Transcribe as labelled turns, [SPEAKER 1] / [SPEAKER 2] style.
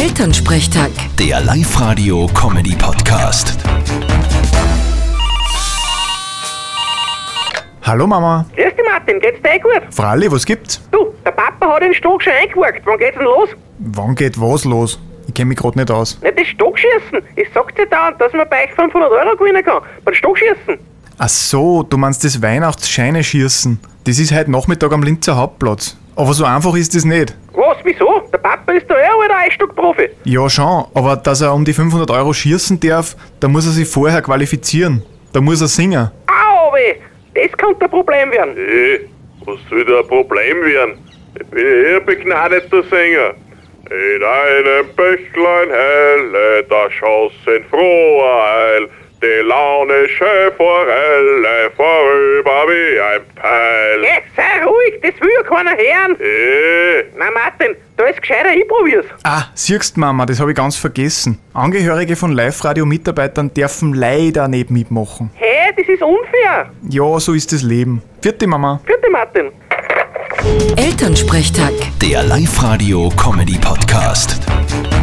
[SPEAKER 1] Elternsprechtag.
[SPEAKER 2] Der Live-Radio-Comedy-Podcast.
[SPEAKER 3] Hallo Mama.
[SPEAKER 4] Grüß dich, Martin. Geht's dir eh gut?
[SPEAKER 3] Fralli, was gibt's?
[SPEAKER 4] Du, der Papa hat den Stock schon eingewagt. Wann geht's denn los?
[SPEAKER 3] Wann geht was los? Ich kenne mich gerade nicht aus.
[SPEAKER 4] Nicht das Stockschießen. Ich sag dir dauernd, dass man bei euch 500 Euro gewinnen kann. Beim Stockschießen.
[SPEAKER 3] Ach so, du meinst das Weihnachtsscheine schießen. Das ist heute Nachmittag am Linzer Hauptplatz. Aber so einfach ist das nicht.
[SPEAKER 4] Was, wieso? Der Papa ist da eh ein alter Eisstockprofi.
[SPEAKER 3] Ja schon, aber dass er um die 500 Euro schießen darf, da muss er sich vorher qualifizieren. Da muss er singen.
[SPEAKER 4] Au, weh. Das könnte ein Problem werden.
[SPEAKER 5] Hey, Äh, was soll da ein Problem werden? Ich bin hier begnadeter Sänger. In einem Bächlein helle, da schoss in froher Eil die launische Forelle vorüber wie ein Pfeil.
[SPEAKER 4] Hey, Äh, sei ruhig, das will ja keiner hören.
[SPEAKER 5] Hey,
[SPEAKER 4] Na, Martin, da ist gescheiter, ich probier's.
[SPEAKER 3] Ah, siehst Mama, das habe ich ganz vergessen. Angehörige von Live-Radio-Mitarbeitern dürfen leider nicht mitmachen.
[SPEAKER 4] Hey, das ist unfair.
[SPEAKER 3] Ja, so ist das Leben. Vierte Mama.
[SPEAKER 4] Bitte, Martin.
[SPEAKER 1] Elternsprechtag.
[SPEAKER 2] Der Live-Radio-Comedy-Podcast.